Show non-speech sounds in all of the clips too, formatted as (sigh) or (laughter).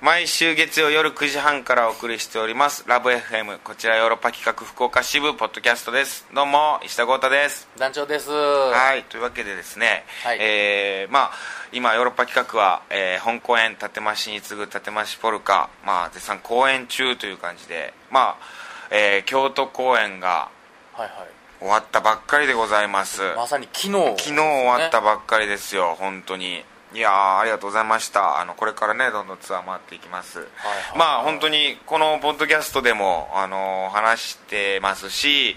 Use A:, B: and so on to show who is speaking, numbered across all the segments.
A: 毎週月曜夜9時半からお送りしておりますラブ f m こちらヨーロッパ企画福岡支部ポッドキャストですどうも石田豪太です
B: 団長です
A: はいというわけでですね、
B: はい
A: えーまあ今ヨーロッパ企画は、えー本公演立増しに次ぐ立増しポルカ、まあ、絶賛公演中という感じでまあ、えー京都公演が
B: はいはい
A: 終わったばっかりでございます
B: まさに昨日、
A: 昨日終わった
B: ね
A: ばっかりですよ本当にいやーありがとうございましたあのこれからねどんどんツアー回っていきます、
B: はい
A: まあ本当にこのポッドキャストでも、あのー話してますし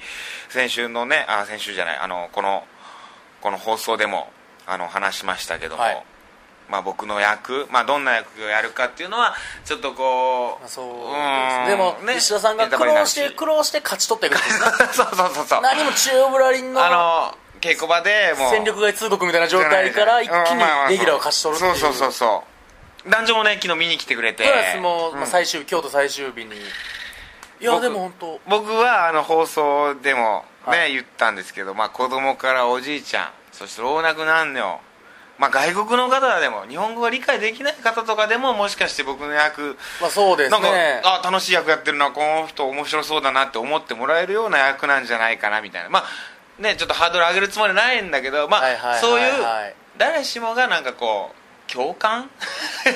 A: 先週のねあ先週じゃないあのこのこの放送でもあの話しましたけども、
B: はい
A: まあ、僕の役、まあ、どんな役をやるかっていうのはちょっとこう
B: そう
A: うん
B: でも、
A: ね
B: 石田さんが
A: ネタ
B: 苦
A: バレにな
B: 労
A: る
B: して苦労して勝ち取ったけ
A: (laughs)
B: ど
A: そうそうそうそう
B: 何も宙ぶらりんの
A: あの稽古場でもう
B: 戦力外通告みたいな状態から一気
A: うんまあまあ
B: にレギュラーを勝ち取るっていう
A: そうそうそうそう男女もね昨日見に来てくれて
B: プラスも、
A: うん
B: まあ、最終京都最終日にいや
A: 僕
B: でも本当
A: 僕はあの放送でもね、
B: はい
A: 言ったんですけど、まあ、子供からおじいちゃんそして老若男女、まあ、外国の方でも日本語が理解できない方とかでももしかして僕の役
B: まあそうです
A: なんか、
B: ね
A: あ楽しい役やってるなこの人面白そうだなって思ってもらえるような役なんじゃないかなみたいなまあねちょっとハードル上げるつもりないんだけどまあ、
B: はいはいはいはい
A: そういう誰しもがなんかこう共感 (laughs)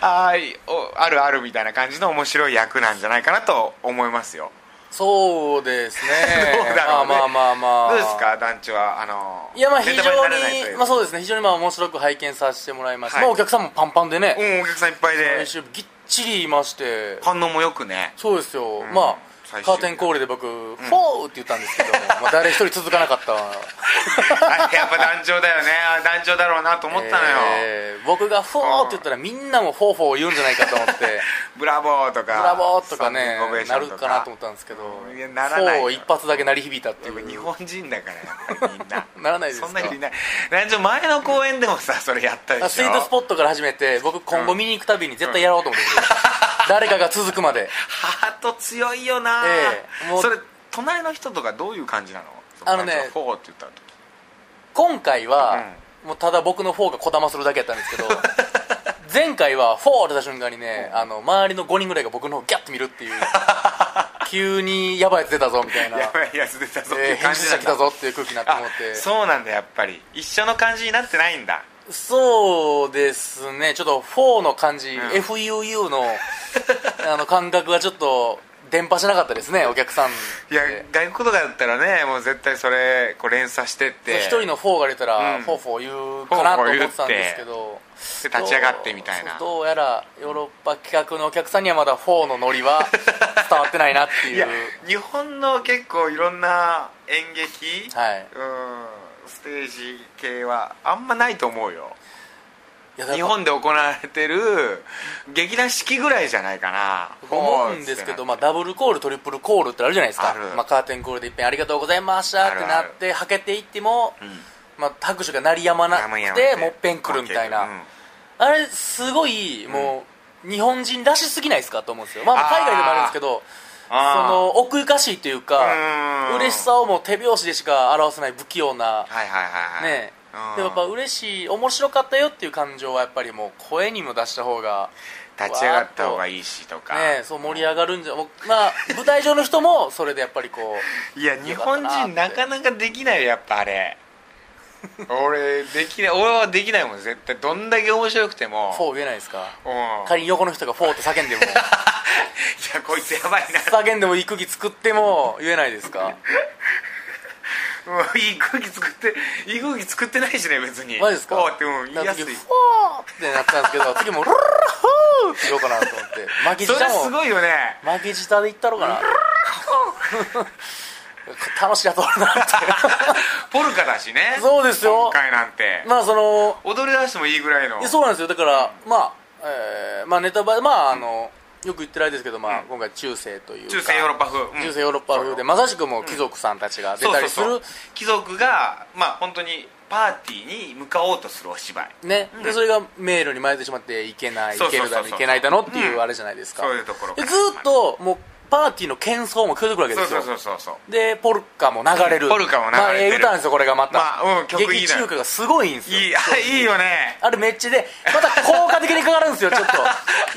A: ああいおあるあるみたいな感じの面白い役なんじゃないかなと思いますよ
B: そうですね
A: (laughs) どうだろうね
B: まあまあまあまあ
A: どうですか団長はあの
B: いやまあ非
A: ネタバレ
B: 常
A: ならないとい
B: に
A: う
B: まあそうですね非常にまあ面白く拝見させてもらいました、
A: はい
B: まあお客さんもパンパンでね、
A: うんお客さんいっぱいで
B: 最終日ぎっちりいまして
A: 反応もよくね (laughs)
B: そうですよ、
A: ん
B: まあ
A: 最終日
B: カーテンコールで僕、フォーって言ったんですけども、
A: (laughs)
B: まあ、誰一人続かなかったわ
A: あやっぱ団長だよねあ団長だろうなと思ったのよ、
B: えー僕がフォーって言ったらみんなもフォーフォー言うんじゃないかと思って
A: (laughs) ブラボーと
B: ブ
A: か
B: ラボーとか
A: スタンディ
B: ね
A: ングオベーシ
B: な
A: ョン
B: る
A: と
B: かなと思ったんですけど
A: うんいやならない
B: フォー一発だけ鳴り響いたってい
A: やっぱ
B: う
A: 日本人だからやっぱりみんな
B: (laughs) ならないですか
A: そんな人いない団長前の公演でもさそれやったでしょ
B: あスイートスポットから始めて僕今後見に行くたびに絶対やろうと思ってる、
A: (laughs)
B: 誰かが続くまで
A: ハート強いよな、
B: ええもう
A: それ隣の人とかどういう感じなの
B: あのね
A: その感じのフォーって言った時
B: 今回は、もうただ僕のフォーがこだまするだけやったんです
A: (laughs)
B: けど前回はフォーって出た瞬間にね、あの周りの5人ぐらいが僕の方ギャッて見るっていう
A: (laughs)
B: 急にやばいやつ出たぞみたいな、
A: やばいやつ出たぞってい
B: えー
A: う
B: 編
A: 感
B: 集
A: じな
B: 者
A: ん
B: 来
A: だ、
B: たぞっていう空気になって
A: あ
B: 思ってそ
A: そうなんだやっぱり一緒の感じになってないんだ
B: うですねちょっとフォーの感じ、FUU のあの感覚がちょっと伝播しなかったですねお客さん
A: いや、
B: で
A: 外国とかだったらねもう絶対それこう連鎖してって
B: 一人のフォーが出たら、
A: うん
B: フォーフォー言うかなと思ってたんですけど
A: で立ち上がってみたいな
B: どうそうどうやらヨーロッパ企画のお客さんにはまだフォーのノ
A: (laughs)
B: リは伝わってないなって
A: い
B: いう
A: や日本の結構いろんな演劇、
B: はい
A: うんステージ系はあんまないと思うよ
B: いやだから
A: 日本で行われてる劇団四季ぐらいじゃないかな
B: 思うんですけど、まあ、ダブルコールトリプルコールってあるじゃないですか
A: ある
B: まあ、カーテンコールでいっぺん「ありがとうございました」ってなってはけていっても、
A: ん
B: まあ、拍手が鳴りやまな
A: 山々
B: く
A: で
B: てもっぺん来るみたいな、
A: うん
B: あれすごいもう、日本人らしすぎないですかと思うんですよ、まあ、まあ海外でもあるんですけどそ
A: あー
B: の奥ゆかしいというか
A: うん
B: 嬉しさをもう手拍子でしか表せない不器用な
A: はいはいはいはい
B: ね
A: うん
B: でもやっぱ嬉しい面白かったよっていう感情はやっぱりもう声にも出した方が
A: 立ち上がった方がいいしとか、
B: ねそう盛り上がるんじゃもうまあ舞台上の人もそれでやっぱりこ
A: いや日本人なかなかできないよやっぱあ
B: (laughs)
A: れ俺できない俺はできないもん絶対どんだけ面白くても
B: うフォー言えないですか
A: うんいや
B: 仮に横の人がフォーって叫んでも
A: こ (laughs) いつやばいな
B: 叫んでもいい空気作っても言えないですか
A: もういい空気作っていい空気作ってないしね別に
B: マジですか
A: おーってもう言いやすい
B: だから次フォーってなったんですけど次もルルルフーって言おうかなと思って負け
A: そ
B: じ
A: れ
B: た
A: す
B: も
A: ごいよね
B: 負けじたで言ったろうかな楽しいやつおるなって
A: ポルカだしね
B: そうですよ
A: 今回なんて、
B: まあその
A: 踊り出してもいいぐらいの
B: いやそうなんですよだからまあ、えーまあネタバレまああの、よく言ってるあれですけど、まあ今回中世というか
A: 中世ヨーロッパ風、うん
B: 中世ヨーロッパ風でまさしくもう貴族さんたちが出
A: そう
B: た
A: そう
B: りす
A: そう
B: る
A: 貴族がまあ本当にパーティーに向かおうとするお芝居
B: ね、でそれが迷路に迷ってしまっていけないい
A: そうそう
B: け
A: そう
B: る
A: そう
B: だのいけないだのっていうあれじゃないですか、
A: そういうところ
B: でずーっともうパーティーの喧騒も聞こえてくるわけ
A: そ
B: で
A: う
B: すよ
A: そうそうそうそう
B: でポルカも流れる
A: ポルカも流れてる
B: まあ、ええ歌なんですよこれがまた、
A: まあうん曲いいな
B: 劇中歌がすごいんですよ
A: いいあいいよね
B: あれめっちゃでまた効果的にかかるんですよちょっ と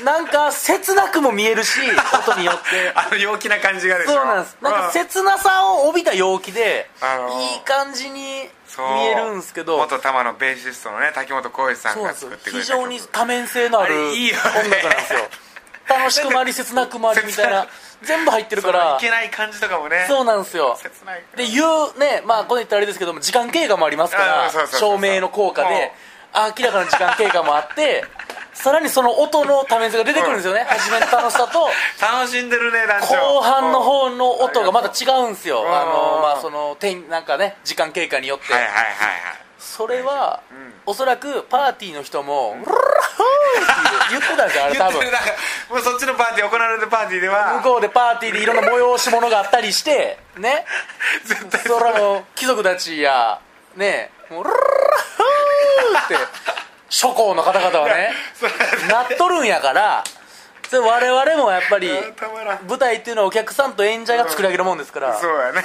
A: (laughs)
B: なんか切なくも見えるしことによって
A: あの陽気な感じがでしょ
B: そうなんですなんか切なさを帯びた陽気で、
A: あのー
B: いい感じに
A: そう
B: 見えるんですけど
A: 元玉のベーシストのね滝本浩二さ
B: そ
A: ん
B: うな
A: が
B: んですよ
A: 作ってくれた曲
B: 非常に多面性のある
A: あ
B: 音
A: れいいよね
B: 楽なんですよ楽しくもあり切なくもありみ
A: (laughs)
B: たいな全部入ってるか
A: その
B: ら
A: いけない感じとかもね
B: そうなんですよ
A: 切ないから
B: で言うねまあこれ言ったらあれですけども時間経過もありますか
A: あそうそう
B: ら
A: そうそう
B: 照明の効果で明らかな時間経過もあってさらにその音の多面性が出てくるんですよね初めの楽しさと
A: 楽しんでるね団長
B: 後半の方の音がまた違うんですよ
A: うん
B: あのまあその天なんかね時間経過によって
A: はいはいはい
B: それは
A: ん
B: おそらくパーティーの人も「うるらほーって言ってたんですよあ
A: はい
B: れ
A: 言
B: 多
A: って
B: 分
A: るなんかもうそっちのパーティー行われるパーティーでは
B: 向こうでパーティーでいろんな催し物があったりしてね
A: 絶対
B: そらもう貴族たちやねもうルルルルって諸侯の方々はね
A: それ
B: なっとるんやからそれ我々もやっぱり
A: たまらん
B: 舞台っていうのはお客さんと演者が作り上げるもんですからこ
A: そうやね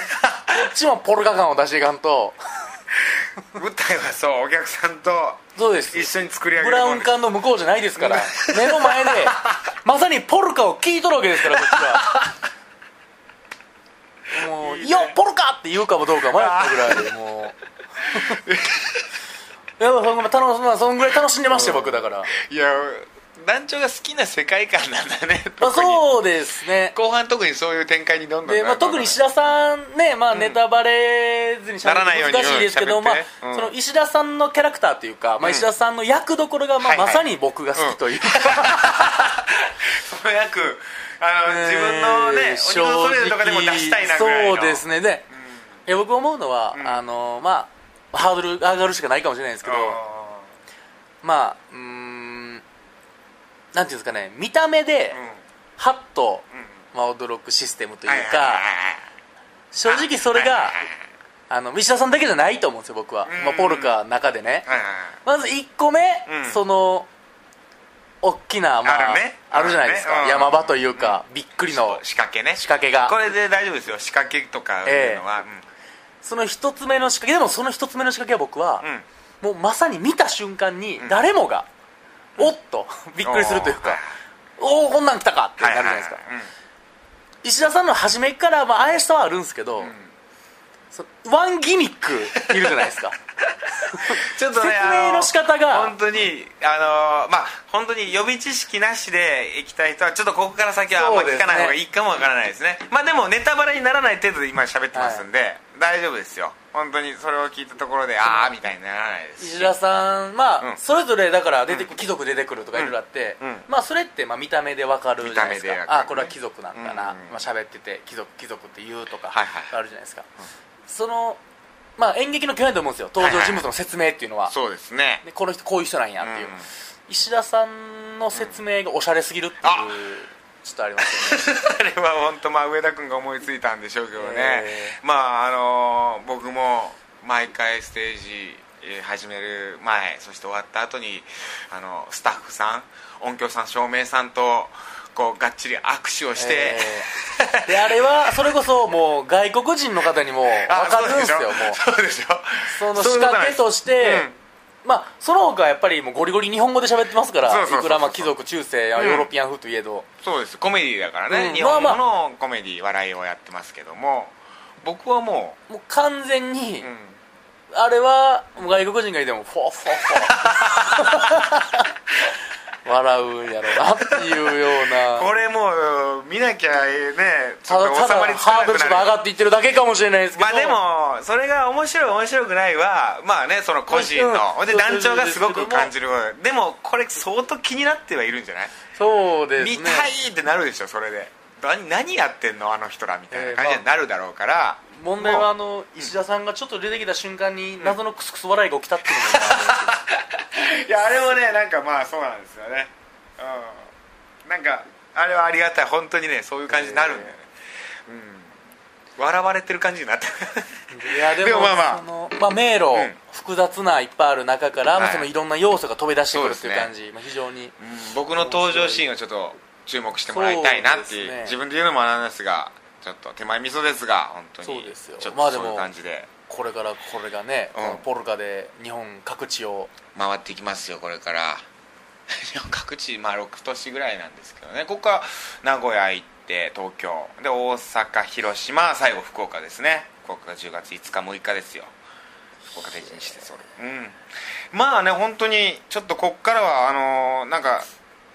B: っちもポルカ感を出していかんと
A: 舞台はそうお客さんと
B: そうです
A: 一緒に作り上げる
B: ブラ
A: も
B: ウ
A: ん
B: ン
A: です
B: 管の向こうじゃないですから目の前でまさにポルカを聞いとるわけですからこっちはもう「
A: いいね
B: よっポルカ!」って言うかもどうか迷ったぐらいでも
A: (laughs)
B: ういやそんぐらい楽しまあそんぐらい楽しんでましたよ僕だから
A: いや団長が好きな世界観なんだね
B: まあ
A: 特に
B: そうですね
A: 後半特にそういう展開にどんどん
B: でまあ、特に石田さんね、まあ、ネタバレずにしゃべ
A: ならないよう
B: る
A: に
B: 難しいですけど、
A: うん
B: まあ
A: 喋ってうん
B: その石田さんのキャラクターというか、まあ、石田さんの役どころが、まあ
A: はいはい
B: まさに僕が好きというか、
A: その役あの、自分のね
B: えー
A: 鬼のトレーとかでも出したいなぐらいの
B: そうですねで、いや僕思うのは、あのまあハードル上がるしかないかもしれないですけど
A: あ
B: まあうーんなんていうんですかね見た目で
A: ーうん
B: ハッと、
A: うん
B: まあ、驚くシステムとい
A: はいうはいはい
B: か正直それがあの石田さんだけじゃないと思うんですよ僕は、
A: うん
B: まあ、ポルカの中でね
A: はいはいはい
B: まず1個目、
A: うん
B: その大きな、まあ、
A: あるね
B: るじゃないです
A: ある
B: か、
A: ねうん
B: 山場というか、びっくりの
A: 仕掛けね
B: 仕掛けが
A: これで大丈夫ですよ仕掛けとかいうのは、
B: その一つ目の仕掛けでもその一つ目の仕掛けは僕は
A: うん、うん
B: もうまさに見た瞬間に
A: ん
B: 誰もが、おっと (laughs) びっくりするというかおおこんなん来たかってなるじゃないですか、石田さんの初めから、まあ、怪しさはあるんですけど、
A: うん
B: そワンギミックいるじゃないです (laughs) か
A: ちょっとね
B: 説明の仕方
A: あの本
B: が
A: 当にあのまあ本当に予備知識なしで行きたい人はちょっとここから先はあんま
B: そうです
A: 聞か
B: ね
A: ない方がいいかもわからないですねまあでもネタバレにならない程度で今喋ってますんで、大丈夫ですよ本当にそれを聞いたところでああみたいにならないですし
B: 石田さんまあ、
A: うん
B: それぞれだから出てくる貴族出てくるとかいろいろあって、
A: うんうん
B: まあそれってまあ見た目でわかるじゃないです
A: 見た目で
B: か
A: わかるね
B: あこれは貴族なんだな、
A: うんうん
B: まあ喋ってて貴族貴族って言うとか
A: はいはい
B: あるじゃないですか、そのまあ演劇の基本だと思うんですよ登場人物の説明っていうのは、
A: そうですね
B: でこの人こういう人なんやっていう、
A: うん
B: 石田さんの説明がおしゃれすぎるっていう、
A: あ
B: ちょっとありますよね
A: (laughs) あれは本当まあ上田君が思いついたんでしょうけどね、
B: え
A: まああの僕も毎回ステージえー始める前そして終わった後にあのスタッフさん音響さん照明さんとこうがっちり握手をして、
B: えーであれはそれこそもう外国人の方にも分
A: あ
B: かるんですよもう
A: そうでしょ
B: その
A: そうい
B: 仕
A: うこと
B: 掛けとして
A: うん
B: まあその他やっぱりもうゴリゴリ日本語で喋ってますから
A: そうそうそうそう
B: いくらまあ貴族中世や
A: うん
B: ヨーロピアン風といえど、
A: そうですコメディだからね、
B: うん
A: 日本
B: まあ
A: 語
B: ま
A: のコメディ笑いをやってますけども僕はも
B: もう完全に
A: う、うん
B: あれはもう外国人がいてもフォーフォ
A: (laughs)
B: ーフォー笑うんやろなっていうような
A: これもう見なきゃねち
B: た
A: ょっ
B: だ
A: と
B: た
A: 収まり
B: だ
A: つか
B: ハ
A: な
B: ード
A: くなる
B: ル値が上がっていってるだけかもしれないですけ
A: ま
B: ど
A: あでもそれが面白い面白くないはまあねその個人の
B: うん
A: ほんで
B: そう
A: 団長がすごく感じるでもこれ相当気になってはいるんじゃない、
B: そうですね
A: 見たいってなるでしょそれで何何やってんのあの人らみたいな感じ
B: ええまあ
A: になるだろうから、
B: 問題はあ
A: も
B: の石田さんがちょっと出てきた瞬間に謎のクスクス笑いが起きたっていうのが
A: ういやあれもねなんかまあそうなんですよねうんなんかあれはありがたい本当にねそういう感じになるんだよね、うん笑われてる感じに (laughs) なってる
B: いやでも
A: でもまあまあ
B: そのまあ、迷路、
A: うん
B: 複雑ないっぱいある中から、
A: は
B: まあ、
A: い
B: そのいろんな要素が飛び出してくるっていう
A: そう
B: 感
A: で
B: じ、まあ、非常に
A: うん僕の登場シーンをちょっと注目してもらいたいなって
B: そう
A: いう
B: ですね
A: 自分で言うのもなんですがちょっと手前味噌ですが本当に
B: そうですよ
A: ちょっ
B: まあ
A: と
B: で
A: そ
B: も
A: ういう感じで
B: これからこれがね、
A: うん
B: このポルカで日本各地を
A: 回っていきますよこれから (laughs) いや各地、まあ、6都市ぐらいなんですけどねここは名古屋行って東京で大阪広島最後福岡ですね福岡が10月5日6日ですよ福岡で一日です俺うんまあね本当にちょっとこっからはあのーなんか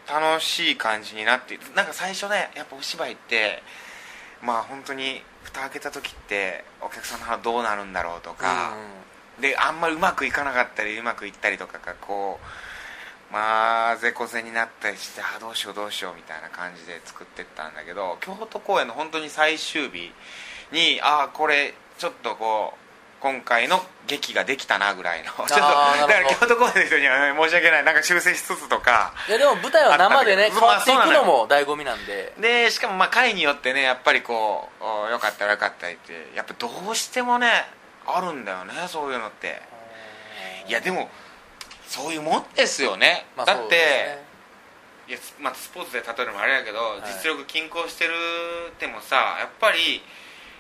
A: 楽しい感じになってなんか最初ねやっぱお芝居ってまあ本当に蓋開けた時ってお客さんの反応どうなるんだろうとか、であんまりうまくいかなかったりうまくいったりとかがこうまあぜこぜになったりしてあどうしようどうしようみたいな感じで作ってったんだけど京都公演の本当に最終日にああこれちょっとこう今回の劇ができたなぐらいのちょっとだ
B: なるほど
A: から京都公演の人には申し訳ないなんか修正しつつとか
B: いやでも舞台は生でね
A: あ
B: 変わっていく
A: まあそうな
B: の
A: の
B: も醍醐味なんで
A: でしかもまあ回によってねやっぱりこうおよかったらよかったりってやっぱどうしてもねあるんだよねそういうのっていやでもそういうもんですよね、
B: まあ
A: だ
B: そ
A: っ
B: う
A: て、
B: ですね
A: いやまあ、スポーツで例えるのもあれやけど、
B: い
A: 実力均衡してるでもさやっぱり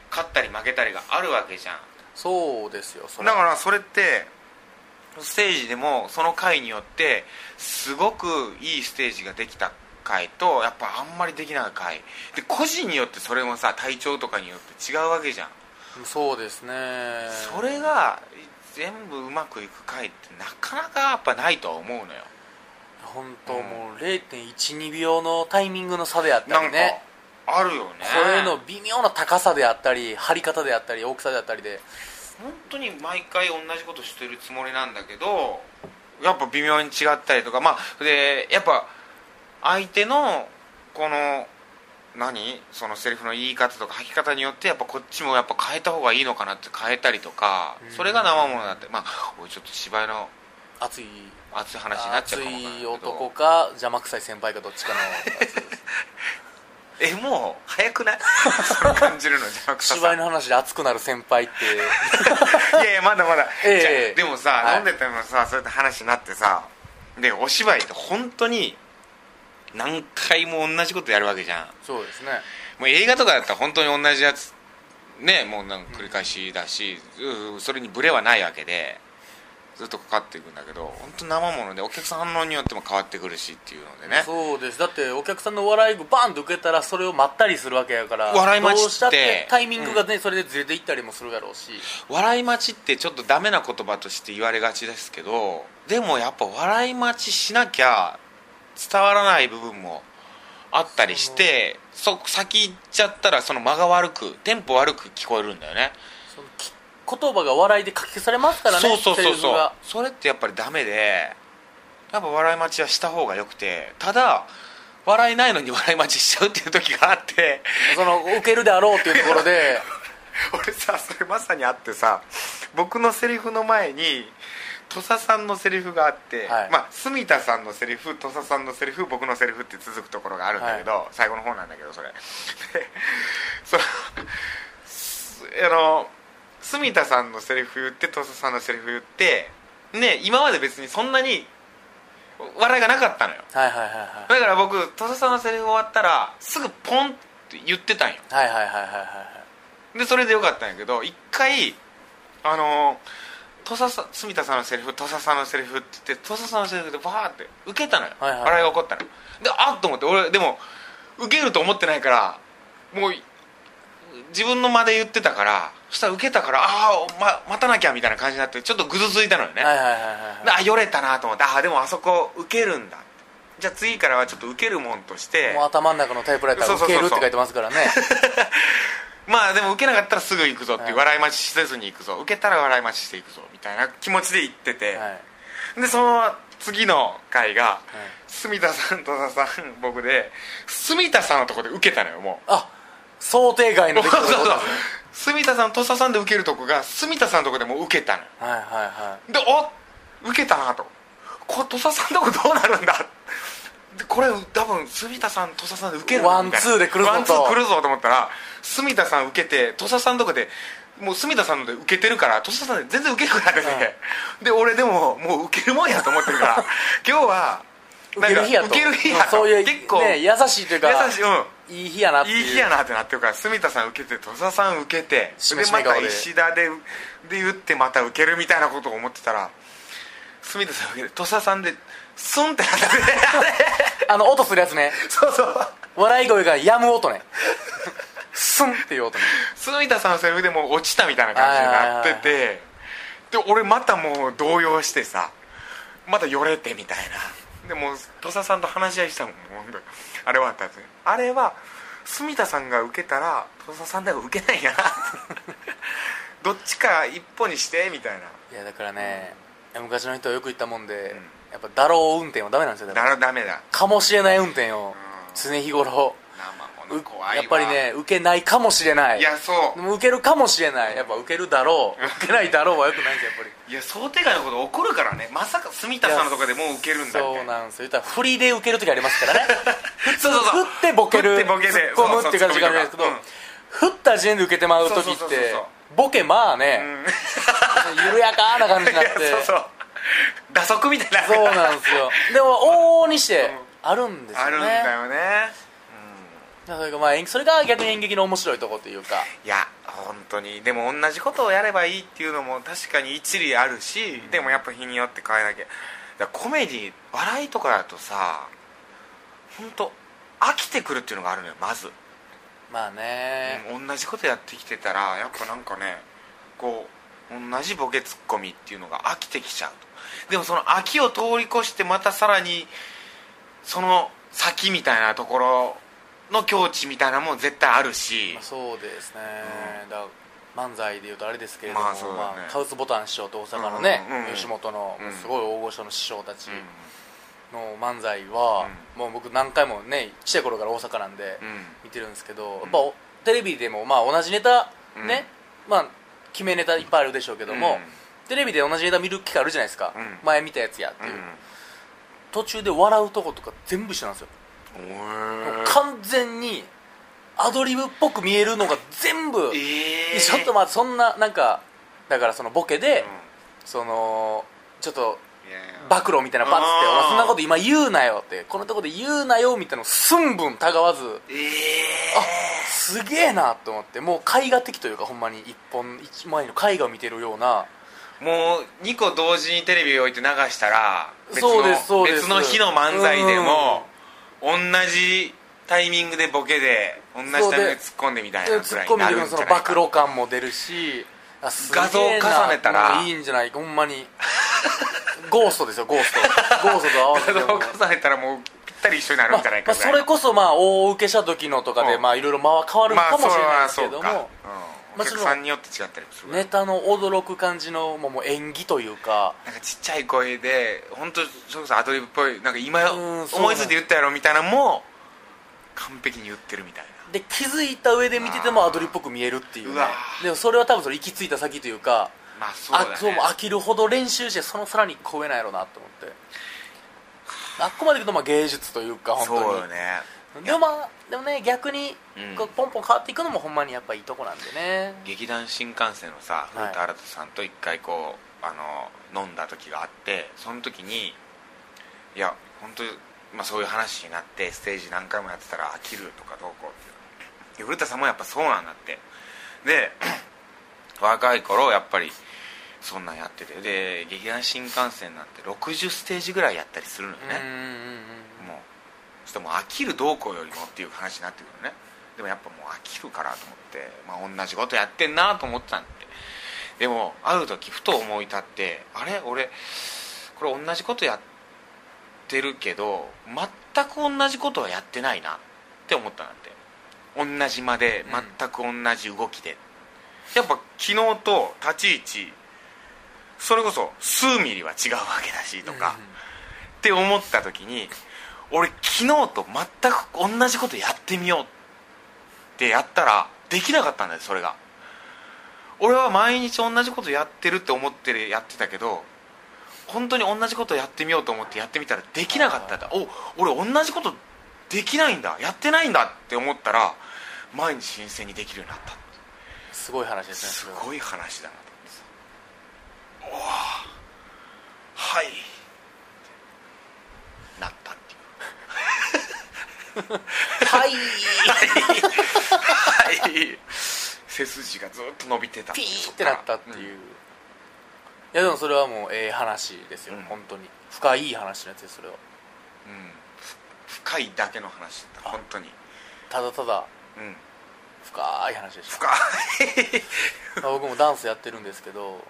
A: 勝ったり負けたりがあるわけじゃん
B: そうですよそれ
A: だからそれってステージでもその回によってすごくいいステージができた回とやっぱあんまりできない回で個人によってそれもさ体調とかによって違うわけじゃん、
B: そうですね
A: それが全部うまくいく回ってなかなかやっぱないとは思うのよ
B: 本当もう0.12秒のタイミングの差であった
A: なん
B: り
A: か
B: ね
A: あるよね
B: それの微妙な高さであったり張り方であったり大きさであったりで
A: 本当に毎回同じことしてるつもりなんだけどやっぱ微妙に違ったりとかまあでやっぱ相手のこの何そのセリフの言い方とか吐き方によってやっぱこっちもやっぱ変えた方がいいのかなって変えたりとか
B: うん
A: それが生ものだってまあ俺ちょっと芝居の
B: 熱い
A: 熱い話になっちゃ
B: 熱
A: うかもわかんないけ
B: い
A: ど
B: 男か邪魔くさい先輩かどっちかの
A: えもう早くない (laughs) それ感じるの邪魔くささ
B: 芝居の話で熱くなる先輩って
A: (laughs) いやいやまだまだ、
B: ええ
A: じゃあでもさ、
B: はい
A: 飲んでたのさそうやって話になってさでお芝居って本当に何回も同じことやるわけじゃん
B: そうですね
A: もう映画とかだったら本当に同じやつねもうなんか繰り返しだし、うんそれにブレはないわけでずっとかかっていくんだけど本当生ものでお客さんの反応によっても変わってくるしっていうのでね
B: そうですだってお客さんの笑いがバンと受けたらそれをまったりするわけやから
A: 笑い待ちって
B: どうしたってタイミングがね、それでずれていったりもするやろうし
A: 笑い待ちってちょっとダメな言葉として言われがちですけどでもやっぱ笑い待ちしなきゃ伝わらない部分もあったりしてそ先行っちゃったらその間が悪くテンポ悪く聞こえるんだよね
B: そのき言葉が笑いで書き消されますからね
A: そうそうそう
B: セリ
A: そ
B: フ
A: う
B: が
A: それってやっぱりダメでやっぱ笑い待ちはした方がよくてただ笑えないのに笑い待ちしちゃうっていう時があって
B: その受けるであろうっていうところで
A: 俺さそれまさにあってさ僕のセリフの前に土佐さんのセリフがあって、
B: はい
A: まあ住田さんのセリフ土佐さんのセリフ僕のセリフって続くところがあるんだけど、最後の方なんだけどそれでそのすあの住田さんのセリフ言って土佐さんのセリフ言ってね今まで別にそんなに笑いがなかったのよ
B: はいはいはいはい
A: だから僕土佐さんのセリフ終わったらすぐポンって言ってたんよ
B: はいはいはいはいはい
A: でそれでよかったんやけど一回あのー、土佐さん住田さんのセリフ土佐さんのセリフって言って土佐さんのセリフでバーって受けたのよ、
B: はいはい
A: 笑いが起こったのであっと思って俺でも受けると思ってないからもう自分の間で言ってたからそしたら受けたからああ、ま、待たなきゃみたいな感じになってちょっとぐずついたのよね、
B: はいはいはい
A: で
B: は
A: あよれたなと思ってああでもあそこ受けるんだじゃあ次からはちょっと受けるもんとして
B: いもう頭の中のタイプライター
A: そうそ
B: 受
A: うそう
B: け
A: そう
B: るって書いてますからね
A: まあでも受けなかったらすぐ行くぞっていう、
B: はい
A: 笑い待ちせずに行くぞ受けたら笑い待ちしていくぞみたいな気持ちで行ってて、
B: はい
A: でその次の回が、住田さんと田さん僕で住田さんのとこで受けたのよも
B: あ想定外
A: う
B: の出来事
A: (laughs) そうそう
B: だ
A: そう住田さんと佐さんで受けるとこが住田さんのとこでもう受けたのよ
B: はいはいは
A: でお受けたなとこれ土佐さんのとこどうなるんだでこれ多分住田さん土佐さんで受けるな
B: ワン
A: みたいな
B: ツーで来るぞと
A: ワンツー来るぞと思ったら住田さん受けて土佐さんのとこでもう住田さんので受けてるから土佐さんで全然受けなくなってて、で俺でももう受けるもんやと思ってるから
B: (laughs)
A: 今日はい
B: 受ける日やと
A: なんか受ける日やと
B: そういう
A: 結構、
B: ね、優しいというか
A: 優しいうん
B: いい日やなっていう
A: いい日やなってなってるから住田さん受けて土佐さん受けて
B: しめ
A: で
B: し
A: ま
B: め顔
A: た
B: で
A: 石田でで打ってまた受けるみたいなことを思ってたら住田さん受けて土佐さんでスンってなったね
B: あの音するやつね
A: そうそう
B: 笑い声がやむ音ねスンっていう音ね
A: 杉田さんのセリフでもう落ちたみたいな感じになって
B: は
A: てで俺またもう動揺してさまたよれてみたいなでもう土佐さんと話し合いしたもんもう本当にあれはあったんですねあれは住田さんが受けたら土佐さんだが受けないんや (laughs) などっちか一歩にしてみたい
B: いやだからね、昔の人はよく言ったもんで、
A: うん
B: やっぱだろう運転はダメなんですよ
A: な
B: だ
A: だ
B: から
A: らダメだ
B: かもしれない運転を常日頃
A: 生
B: う
A: もの怖いわ
B: やっぱりね受けないかもしれない
A: いやそう
B: でも受けるかもしれないやっぱ受けるだろう受けないだろうはよくないんですよやっぱり
A: いや想定外のこと起こるからねまさか住田さんのとこでもう受けるんだみたいな
B: そうなんですよ言ったら振りで受ける時あります
A: (laughs)
B: からね
A: そうそうそう
B: 振ってボケる
A: 振ってボケで
B: 突っ込むって感じがあるんですけど
A: そうそう
B: 振った時点で受けてまう時っ
A: そう
B: て
A: そうそうそう
B: ボケまあね、緩やかな感じになって
A: (laughs) いやそうそう打足みたいな
B: そうなんですよでも往々にしてあるんですよね
A: あるんだよね
B: だからそれがまあ演それが逆に演劇の面白いとこっていうか
A: いや本当にでも同じことをやればいいっていうのも確かに一理あるし、でもやっぱ日によって変えなきゃだからコメディ笑いとかだとさ本当飽きてくるっていうのがあるのよまず、
B: まあね、
A: 同じことやってきてたらやっぱなんかねこう同じボケツッコミっていうのが飽きてきちゃうとでもその飽きを通り越してまたさらにその先みたいなところの境地みたいなのも絶対あるし
B: まあ、そうですね、だから漫才でいうとあれですけれども、
A: まあそうだね
B: カウスボタン師匠と大阪のね、
A: うんうんうん
B: 吉本の
A: うん
B: すごい大御所の師匠たち
A: うん
B: の漫才は、もう僕何回もねちっちゃい頃から大阪なんで
A: うん
B: 見てるんですけど、やっぱおテレビでもまあ同じネタね、まあ決めネタいっぱいあるでしょうけども、テレビで同じネタ見る機会あるじゃないですか、
A: うん
B: 前見たやつやっていう、途中で笑うとことか全部一緒なんですよ
A: うん
B: もう完全にアドリブっぽく見えるのが全部、
A: ええ
B: ちょっとまあそんななんかだからそのボケで、
A: う
B: そのちょっと
A: んいやいや
B: 暴露みたいなパッつって
A: あ
B: 「
A: ー
B: お前そんなこと今言うなよ」ってこのとこで言うなよみたいなのを寸分たがわず
A: え
B: すげえなと思ってもう絵画的というかほんまに一本一枚の絵画を見てるような
A: えもう2個同時にテレビ置いて流したら別の
B: そうですそうです
A: 別の日の漫才でも同じタイミングでボケで同じタイミングで突っ込んでみたいなく
B: ツ
A: ら
B: ッ
A: いに
B: コミ
A: な
B: で
A: る
B: も
A: んじ
B: そ
A: ゃ
B: の
A: ない
B: 暴
A: か
B: 露感も出るしあすげえな
A: 画像を重ねたら
B: もういいんじゃないかほんまにゴーストですよゴーストゴーストと合わせて
A: (laughs)
B: も
A: 画像を重ねたらもうぴったり一緒になるんじゃない
B: ま
A: かぐ
B: あ
A: ら
B: そ
A: いの
B: れこそまあ大受けした時のとかで
A: うん
B: まあいろいろ間は変わるかもしれないです
A: そ
B: け
A: う
B: ど
A: か、うん
B: も、
A: お客さんによって違ったりもするから
B: ネタの驚く感じのもうもう演技というか
A: なんかちっちゃい声で本当それこそアドリブっぽいなんか今
B: うんそう
A: 思いついて言ったやろみたいなのも完璧に言ってるみたいな
B: で気づいた上で見ててもアドリブっぽく見えるっていう
A: う
B: ね
A: わ
B: でもそれは多分それ行き着いた先というか
A: まあそうだね
B: あそうもう飽きるほど練習してそのさらに超えないやろうなと思ってあっこまでいくとまあ芸術というか本
A: そう
B: 当
A: よ
B: に、
A: ね
B: でもまあでもね逆に
A: うん
B: こうポンポン変わっていくのもほんまにやっぱいいとこなんでね、
A: 劇団新幹線のさ古田新太さんと一回こう、あの飲んだ時があってその時にいや本当まあそういう話になってステージ何回もやってたら飽きるとかどうこうっていうで古田さんもやっぱそうなんだってで (clears throat) 若い頃やっぱりそんなんやっててで劇団新幹線なんて60ステージぐらいやったりするのよ
B: うん
A: ね、
B: うんうん
A: もうちょっともう飽きるどうこうよりもっていう話になってくるのねでもやっぱもう飽きるからと思って、まあ、同じことやってんなと思ってたんででもある時ふと思い立ってあれ俺これ同じことやってるけど全く同じことはやってないなって思ったんだって同じ間で
B: うん
A: 全く同じ動きで、やっぱ昨日と立ち位置それこそ数ミリは違うわけだしとか、って思った時に俺昨日と全く同じことやってみようってやったらできなかったんだよそれが俺は毎日同じことやってるって思ってやってたけど本当に同じことやってみようと思ってやってみたらできなかったんだお俺同じことできないんだやってないんだって思ったら毎日新鮮にできるようになった
B: すごい話ですね
A: す
B: それは
A: ごい話だなと思ってさおおはいなったっていう
B: はい
A: はい背筋がずっと伸びてた
B: ピーってなったっていう、いやでもそれはもうええ話ですよ、
A: うん
B: 本当に深い話のやつですそれは
A: うんふ深いだけの話だった本当に
B: ただただ
A: うん
B: 深い話でした
A: 深い
B: まあ僕もダンスやってるんですけど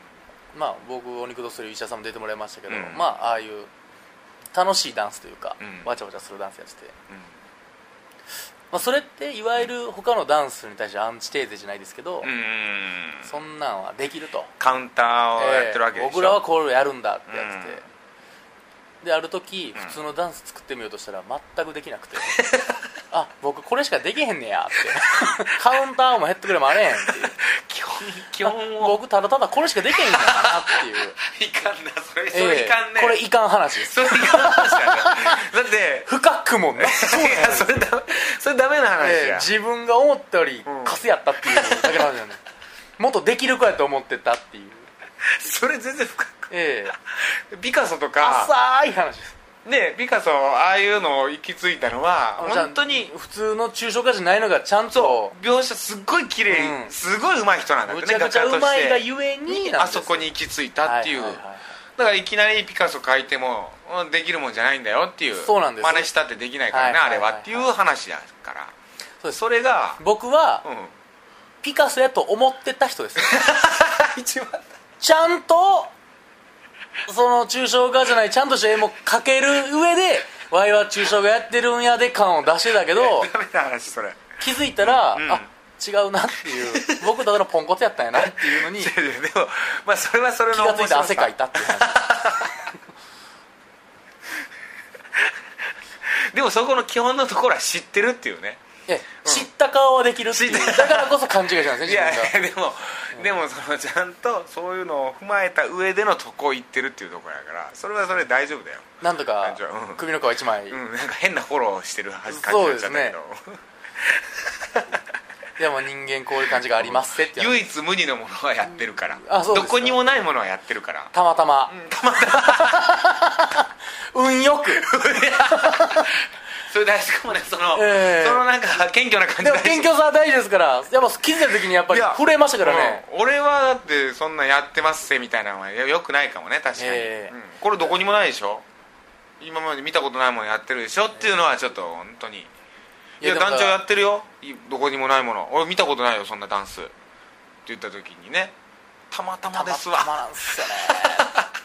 B: まあ僕お肉とする医者さんも出てもらいましたけど、
A: うん
B: まあああいう楽しいダンスというか、
A: うん
B: わちゃわちゃするダンスやってて、
A: うん
B: まあ、それっていわゆる他のダンスに対してアンチテーゼじゃないですけど、
A: うんうん
B: そんなんはできると
A: カウンターをやってるわけでしょ、
B: ええ僕らはこれをやるんだってやってて、
A: う
B: である時
A: うん
B: 普通のダンス作ってみようとしたら全くできな
A: (laughs)
B: くてあ僕これしかできへんねやって (laughs) カウンターもヘッドぐらいもあれへんっていう
A: 基本基本を
B: 僕ただただこれしかできへんねやなっていう
A: いかんなそれ (laughs) それいかんね、
B: ええこれいかん話です
A: それいかん話だなだって
B: 深くもなそうなん
A: いやそれダメそれダメな話
B: ええ
A: や、
B: 自分が思ったより
A: うん
B: カスやったっていうだけの話なんで
A: (laughs)
B: もっとできる子やと思ってたっていう
A: それ全然深く
B: ええ
A: ピカソとか
B: 浅い話です
A: ねピカソああいうのを行き着いたのは
B: じゃあ
A: 本当に
B: 普通の抽象化じゃないのがちゃんと
A: 描写すっごい綺麗、
B: うん
A: すごいうまい人なんだっ
B: む
A: て
B: ち
A: ね
B: ゃくちゃうまい
A: 画家と
B: が
A: して
B: ゆえになん
A: あ
B: ですよ
A: そこに行き着いたっていう、
B: ははは
A: だからいきなりピカソ描いてもうんできるもんじゃないんだよっていう
B: そうなんです
A: 真似したってできないからね、
B: はいはいは
A: あ
B: い
A: れはっていう話だから
B: そうです
A: それが、
B: 僕は (laughs)
A: う
B: ピカソやと思ってた人です
A: ん、一番
B: ちゃんとその抽象画じゃないちゃんとした絵も描ける上でわいは抽象画やってるんやで感を出してたけど
A: ダメな話それ
B: 気づいたら、
A: うん
B: あ違うなっていう僕ただのポンコツやったんやなっていうのに
A: い
B: 気
A: やいやでもまあそれはそれの
B: がついて
A: 面白さ
B: 汗かいたっていう
A: (laughs)
B: 話
A: でもそこの基本のところは知ってるっていうね
B: え知った顔はできるっていう
A: 知っ
B: だ
A: た
B: からこそ勘違いしないんで
A: い
B: すね自分
A: や
B: が
A: いやでも、でもそのちゃんとそういうのを踏まえた上でのとこ行ってるっていうところやからそれはそれで大丈夫だよ
B: なんとか
A: じゃあうん
B: 首の皮一枚、
A: うんなんか変なフォローしてる感じになっちゃったけど、
B: いやもう人間こういう感じがありますってっていうの
A: 唯一無二のものはやってるから、
B: あそうで
A: ど
B: すか
A: こにもないものはやってるから
B: たまたま、 (laughs) 運よく
A: それでしかもねその、
B: ええ
A: そのなんか謙虚な感じ
B: でも謙虚さは大事ですからやっぱ気づいた時にやっぱり
A: いや
B: 震えましたからね、
A: うん俺はだってそんなんやってますせみたいなのはよくないかもね確かに、
B: ええ
A: うんこれどこにもないでしょ今まで見たことないものやってるでしょっていうのはちょっと本当にいや
B: でも
A: 団長やってるよいどこにもないもの俺見たことないよそんなダンスって言った時にねたまたま
B: たま
A: です
B: た
A: わ
B: まなんすよね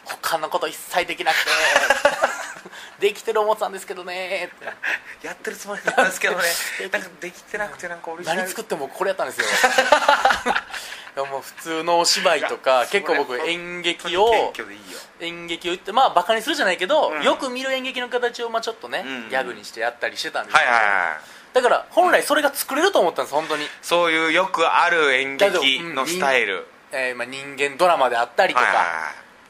B: 他のこと一切できなく
A: (laughs)
B: てできてる思ってたんですけどねって
A: やってるつもりなんですけ
B: (laughs)
A: どねなんかできてなくてなんかオリジナル
B: 何作ってもこれやったん
A: (laughs)
B: ですよいやもう普通のお芝居と
A: い
B: か
A: やそれ
B: 結構僕演劇
A: 本
B: を
A: 当に謙虚でいいよ
B: 演劇を言ってまあバカにするじゃないけど、
A: うん
B: よく見る演劇の形をまあちょっとね、
A: うん
B: ギャグにしてやったりしてたんです
A: は
B: け
A: い
B: ど、
A: はいはい
B: だから本来それが作れると思ったんです本当に、
A: そういうよくある演劇のスタイル
B: えーまあ、人間ドラマであったりと
A: は
B: か、
A: いは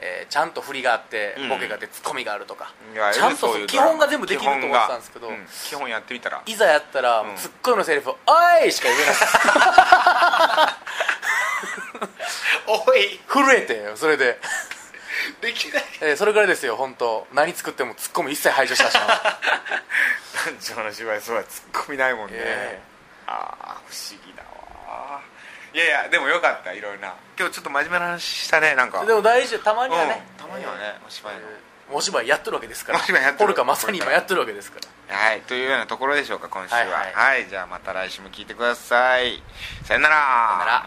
B: えーちゃんと振りがあって、
A: うん
B: ボケがあってツッコミがあるとか
A: いはい
B: ちゃんと
A: いわゆるそういう
B: 基本が全部できると思って
A: 基本が
B: たんですけど
A: う基本やってみたら
B: いざやったら、
A: ん
B: ツッコミのセリフ「おい!」しか言えない
A: (laughs)
B: (laughs)
A: おい
B: 震えてそれで、
A: でき (laughs) ない
B: えーそれぐらいですよ本当何作ってもツッコミ一切排除したしまう
A: 団長の芝居そうはツッコミないもんね、
B: え
A: ああ不思議だわいやいやでもよかったいろいろな今日ちょっと真面目な話したねなん (laughs) か
B: でも大事たまにはね、
A: うん、たまにはねお芝居の、
B: お芝居やってるわけですから
A: お芝居やってる
B: ポルカまさに今やってるわけですから
A: はいというようなところでしょうか今週はは
B: はいい、はい
A: じゃあまた来週も聞いてくださいさよならさよ
B: なら